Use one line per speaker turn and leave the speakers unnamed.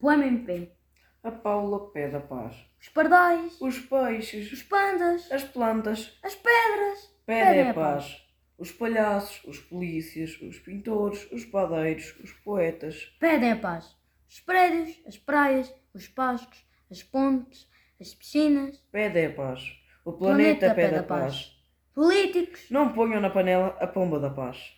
o MMP,
a Paula Pé da Paz,
os pardais,
os peixes,
os pandas,
as plantas,
as pedras,
pedem a paz. Os palhaços, os polícias, os pintores, os padeiros, os poetas,
pedem a paz. Os prédios, as praias, os pascos, as pontes, as piscinas,
pedem a paz. O planeta, pede a paz.
políticos,
Não ponham na panela a pomba da paz.